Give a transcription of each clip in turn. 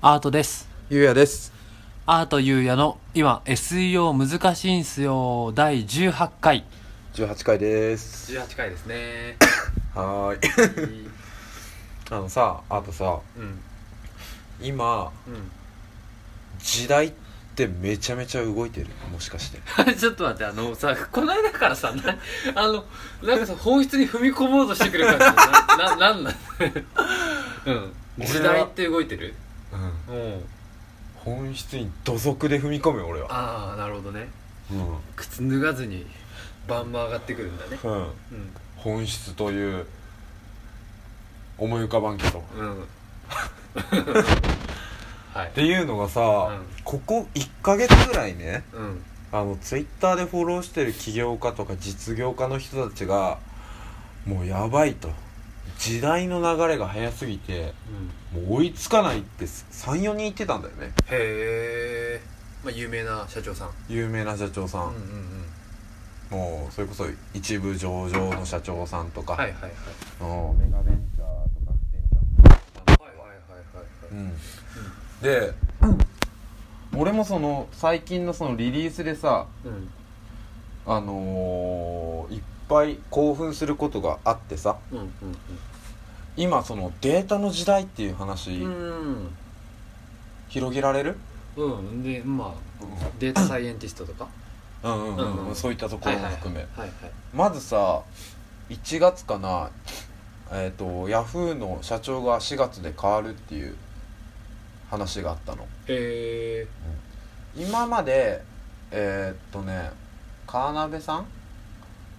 アートですゆうやですアートゆうやの今 SEO 難しいんすよ第18回18回です18回です ねはーい あのさあとさうん 今時代ってめちゃめちゃ動いてるもしかしてうんちょっと待ってあのさこの間からさなあのなんかさ本質に踏み込もうとしてくる感じなななんなん うん時代って動いてるうんうん本質に土足で踏み込むよ俺はああなるほどねう靴脱がずにバンも上がってくるんだねん、うん、うん本質という思い浮かばんけどっうん はいていうのがさ、んここ1ヶ月ぐらいねうんあのツイッターでフォローしてる起業家とか実業家の人たちがもうやばいと時代の流れが早すぎてうんもう追いつかないって34人言ってたんだよねへえ、まあ、有名な社長さん有名な社長さん、うんうんもうそれこそ一部上場の社長さんとか、はいはいはいうんメガベンチャーとかベンチャーはいはいはいうんで、俺もその最近のそのリリースでさはいうんあのーいっぱい興奮することがあってさうんうん今そのデータの時代っていう話、うん広げられるうんうんでまあデータサイエンティストとかうんうんうん、うんうんそういったところも含め、はいはいまずさ1月かなえっ、とヤフーの社長が4月で変わるっていう話があったのへえ今までえーっとね川鍋さん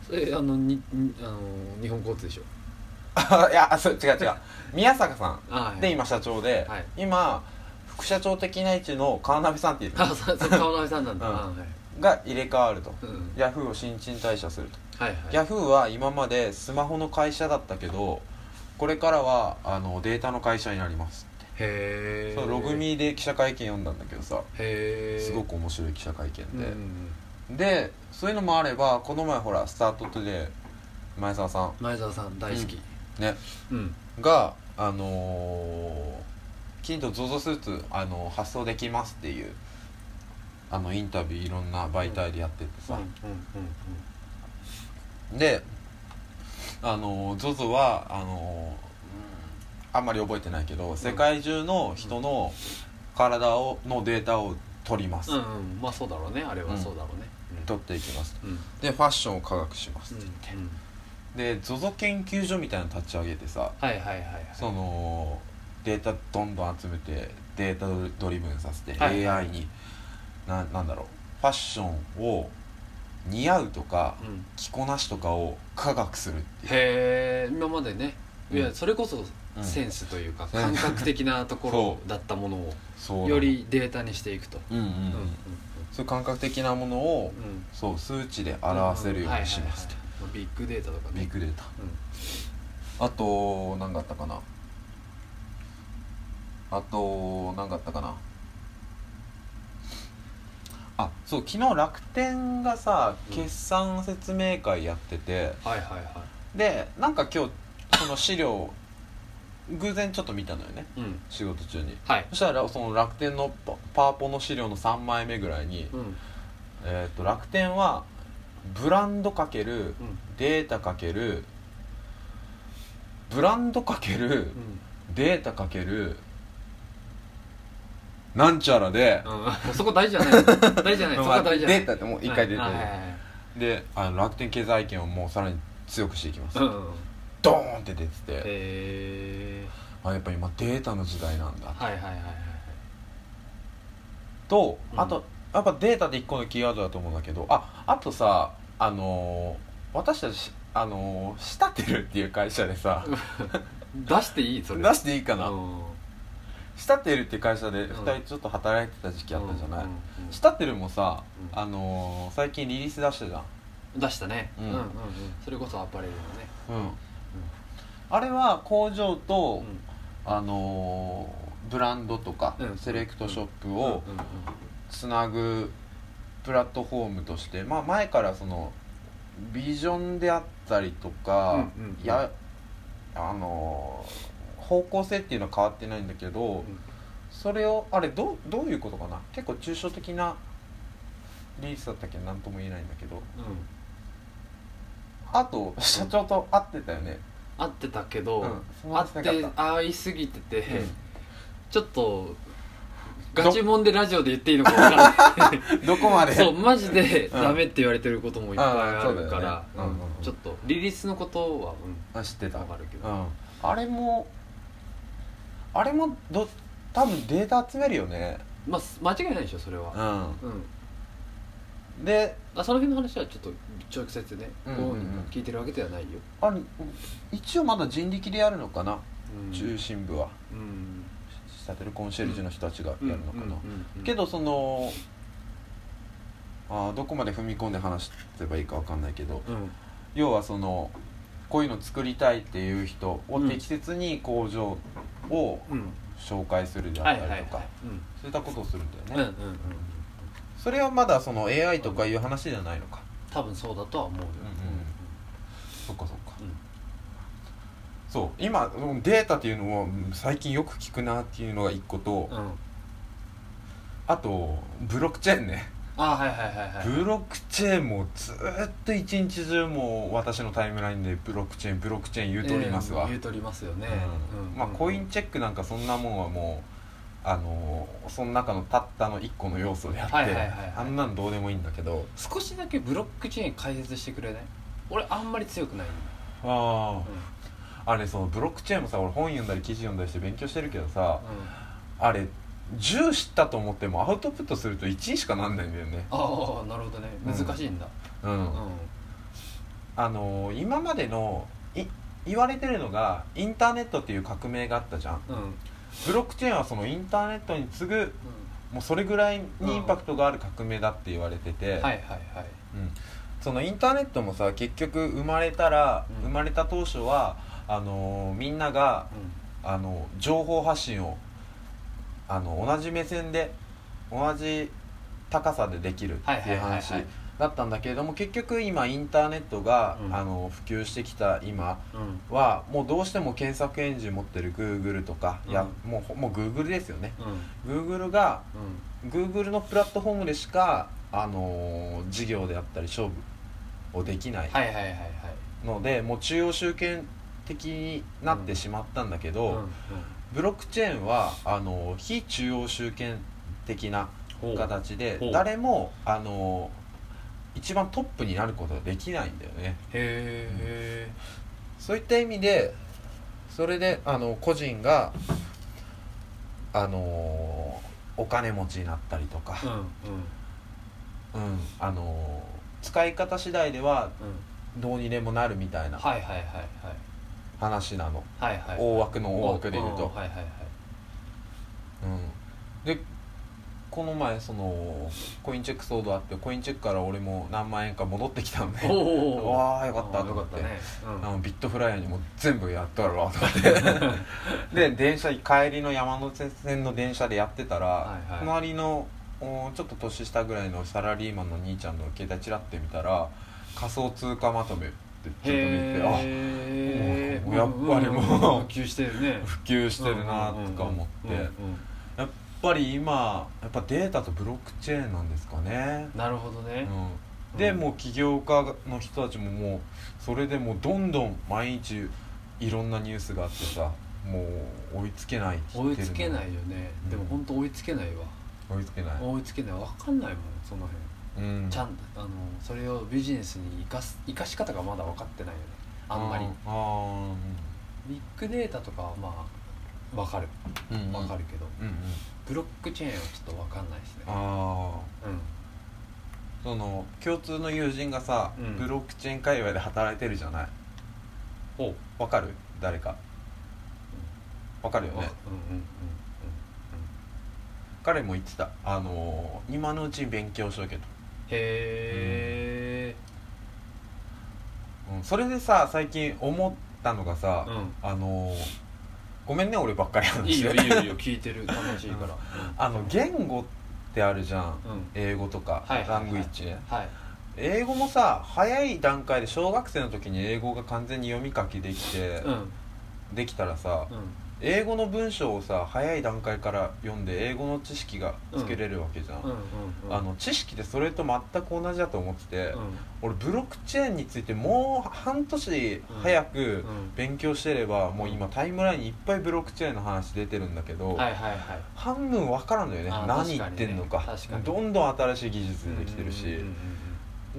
それあのににあの日本交通でしょあ いやそう違う違う 宮坂さんあで今社長で、はい今副社長的な位置の川鍋さんっていうあそうそう川上さんなんだ、うんあはいのが入れ替わるとうんヤフーを新陳代謝すると、はいはいヤフーは今までスマホの会社だったけどこれからはあのデータの会社になりますって、へえそうログミで記者会見読んだんだけどさへえすごく面白い記者会見うんでう、んでそういうのもあればこの前ほらスタートトゥデイ前澤さ前澤さん大好きんねうんがあのー、金と ZOZO スーツ、あのー発送できますっていうあのインタビューいろんな媒体でやっててうんさうん、うんであのー ZOZO はあのーうんあんまり覚えてないけど世界中の人の体をのデータを取ります、うんうんうんまあそうだろうねあれはそうだろうねうん取っていきますうんでファッションを科学します、うんで ZOZO 研究所みたいなの立ち上げてさはいはいはいはいそのデータどんどん集めてデータドリブンさせて、はい AI にななんだろうファッションを似合うとかうん着こなしとかを科学するっていうへえ今までねいやうんそれこそうんセンスというかうん感覚的なとこそろだったものをそうなのよりデータにしていくとうんうん、うんうんうんそういう感覚的なものを、うんそう数値で表せるようにしますと、はいはいはいビッグデータとかねビッグデータあと何があったかなあと何があったかなあそう昨日楽天がさうん決算説明会やってて、うんはいはいはでなんか今日その資料を偶然ちょっと見たのよねいうん仕事中にはいそしたらその楽天のパパワポの資料の3枚目ぐらいに、うんえー、と楽天はブランド×うんデータ×ブランド×うんデータかけるなんちゃらで、うんそこ大事じゃない大事じゃないそこまあは大事デじゃないータってもう一回出てる、はいはいはいはいであの楽天経済圏をもうさらに強くしていきます、うんうんうんドーンって出てて、へえあやっぱ今データの時代なんだはいはいはいはいと、うんあとやっぱデータって一個のキーワードだと思うんだけどああとさあのー私たちあのー、仕立てるっていう会社でさ出していいそれ出していいかな、うん仕立てるっていう会社でうん2人ちょっと働いてた時期あったじゃなうい、んうんうん仕立てるもさ、うんあのー最近リリース出したじゃん出したね、ううんんうんうんそれこそアパレルのね、うんあれは工場と、うあのーブランドとか、うんセレクトショップん、をつなぐプラットフォームとして、まあ、前からそのビジョンであったりとか、うんうんうんやあのー方向性っていうのは変わってないんだけど、んそれをあれどうどういうことかな結構抽象的なリリースだったっけ何とも言えないんだけどうんあと社長と会ってたよね会ってたけど、うん友達会なっかってた会いすぎてて、うちょっとガチモンでラジオで言っていいのか分か らないんどこまでそうマジでうんダメって言われてることもいっぱいあるからあーそうだよねうんうんうんちょっとリリースのことは、うんあ 知ってたわかるけどうん、あれもあれもど多分データ集めるよねまあ間違いないでしょそれは、ううんんであその辺の話はちょっと直接ね、うんご本人が聞いてるわけではないよ、あれ一応まだ人力でやるのかな、うん中心部はうんシャテルコンシェルジュの人たちがやるのかな、うんうんうんけどそのあーどこまで踏み込んで話せばいいかわかんないけどうん要はそのこういうの作りたいっていう人をうん適切に工場をうん紹介するであはっいはいたはりいとか、そういったことをするんだよね、うんうんうんそれはまだその AI とかいう話じゃないのか多分そうだとは思うよ、そっかそっかうんそう今うんデータっていうのをうん最近よく聞くなっていうのが一個とうんうんあとブロックチェーンねあはいはいはいはいブロックチェーンもずーっと一日中もう私のタイムラインでブロックチェーンブロックチェーン言うとおりますわ、ええ言うとりますよね、うんまあコインチェックなんかそんなもんはもうあのーその中のたったの一個の要素であって、はいはいはいはいあんなんどうでもいいんだけど少しだけブロックチェーン解説してくれない俺あんまり強くないんだ、あうんああれそのブロックチェーンもさ俺本読んだり記事読んだりして勉強してるけどさうんあれ10知ったと思ってもアウトプットすると1にしかなんないんだよねああなるほどねうん難しいんだうん、うんあのー今までのい言われてるのがインターネットっていう革命があったじゃんうん、うんブロックチェーンはそのインターネットに次ぐもうそれぐらいにインパクトがある革命だって言われてて、はいはいはいうん、そのインターネットもさ結局生まれたら、うん生まれた当初はあのーみんながあの情報発信をあの同じ目線で同じ高さでできるってはいはいいうはいはい話だったんだけれども結局今インターネットが、うんあの普及してきた今うんはもうどうしても検索エンジン持ってる Google とか、いやもうほもう Google ですよねうん Google がうん Google のプラットフォームでしか、あのー事業であったり勝負をできないはいはいはいはいので、もう中央集権的になってしまったんだけど、うんうんブロックチェーンはあの非中央集権的なほう形でほう誰もあの一番トップになることはできないんだよねへえそういった意味でそれであの個人があのお金持ちになったりとかう、んうんうんあの使い方次第ではうんどうにでもなるみたいなはいはいはい話なの、はいはいはい大枠の大枠で言うとん。はいはいはいうん、でこの前そのコインチェック騒動あってコインチェックから俺も何万円か戻ってきたんでおおおわあよかったあーとよ思かっってたねあのビットフライヤーにも全部やったろうと思って で電車帰りの山手線の電車でやってたら、はいはい隣のおちょっと年下ぐらいのサラリーマンの兄ちゃんの携帯チラって見たら仮想通貨まとめってちょっと見てあへえもうやっぱりもう普及してるね普及してるなとか思っうんうんて、うんやっぱり今やっぱデータとブロックチェーンなんですかね、なるほどねうん、でうんもう起業家の人たちももうそれでもうどんどん毎日いろんなニュースがあってさもう追いつけないって言追っいてるつけないよねでもうん本当追いつけないわ追いつけない、追いつけないわかんないもんその辺うん、ちゃんあのそれをビジネスに生かす生かし方がまだ分かってないよねあんまりあービッグデータとかはまあ分かるうんうん分かるけどうんうんブロックチェーンはちょっと分かんないですねあうんーその共通の友人がさ、うんブロックチェーン界隈で働いてるじゃないおわかる誰かわかるよねうんうんうん彼も言ってたあのー今のうちに勉強しとけとへえうんそれでさ最近思ったのがさ、うあのーごめんね俺ばっかりん話いい してよいいよいいよ聞いてる楽しいからあの言語ってあるじゃんうんうん英語とか、はいはいラングイッチねはい英語もさ早い段階で小学生の時に英語が完全に読み書きできて、うんできたらさうん英語の文章をさ早い段階から読んで英語の知識がつけれるわけじゃん、うんうんうんあの知識でそれと全く同じだと思ってて、うん俺ブロックチェーンについてもう半年早くん勉強してれば、もう今タイムラインにいっぱいブロックチェーンの話出てるんだけど、はいはいはい半分分からんのよねあ何言ってんのか確かにね確かにどんどん新しい技術でできてるし、うんうんうん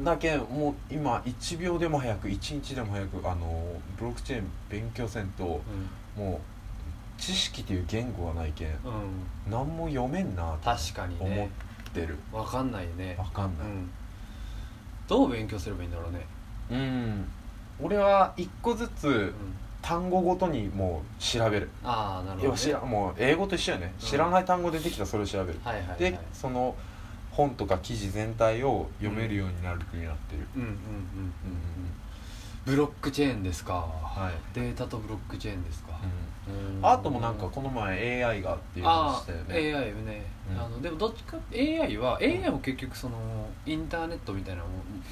だけんもう今1秒でも早く1日でも早くあのブロックチェーン勉強せんともう知識っていう言語がないけんうんうんうん何も読めんなと確かに思っねてる、わかんないねわかんうないんどう勉強すればいいんだろうねうん、俺は1個ずつ単語ごとにもう調べるああなるほ要どはね知らもう英語と一緒やね、うん知らない単語出てきたらそれを調べる、はいはいはいでその本とか記事全体を読めるようになるようになってる、うんうんうんうんうんブロックチェーンですかはいデータとブロックチェーンですかうアートもなんかこの前 AI がっていう話あしたよあね AI ね、うんあのでもどっちか AI は AI も結局そのインターネットみたいなも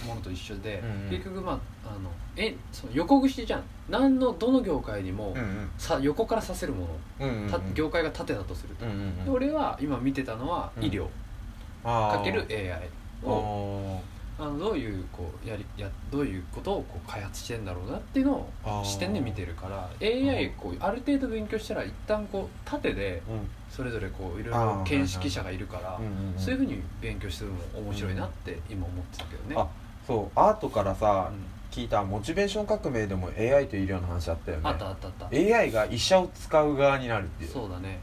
ものと一緒で、うんうん結局まああのえその横串じゃん何のどの業界にも、うんさ横からさせるもうんうんうんの、た業界が縦だとすると、うんうんうんで俺は今見てたのはうん医療あーかける AI あをーあのどういうこうやりやどういうことをこう開発してんだろうなっていうのをあー視点で見てるから AI こうある程度勉強したら一旦こう縦でうんそれぞれこういろいあろー見識者がいるからうんうんうんそういうふうに勉強してるのも面白いなって今思ってたけどねあそうアートからさ、うん聞いたモチベーション革命でも AI と医療の話あったよねあったあったあった AI が医者を使う側になるっていうそうだね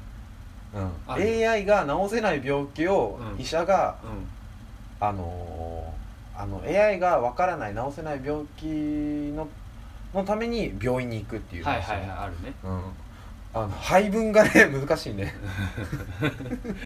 うんある AI が治せない病気をうん医者が、うあのーあの AI がわからない治せない病気ののために病院に行くっていんうはい話はいはいあるね うんあの配分がね難しいね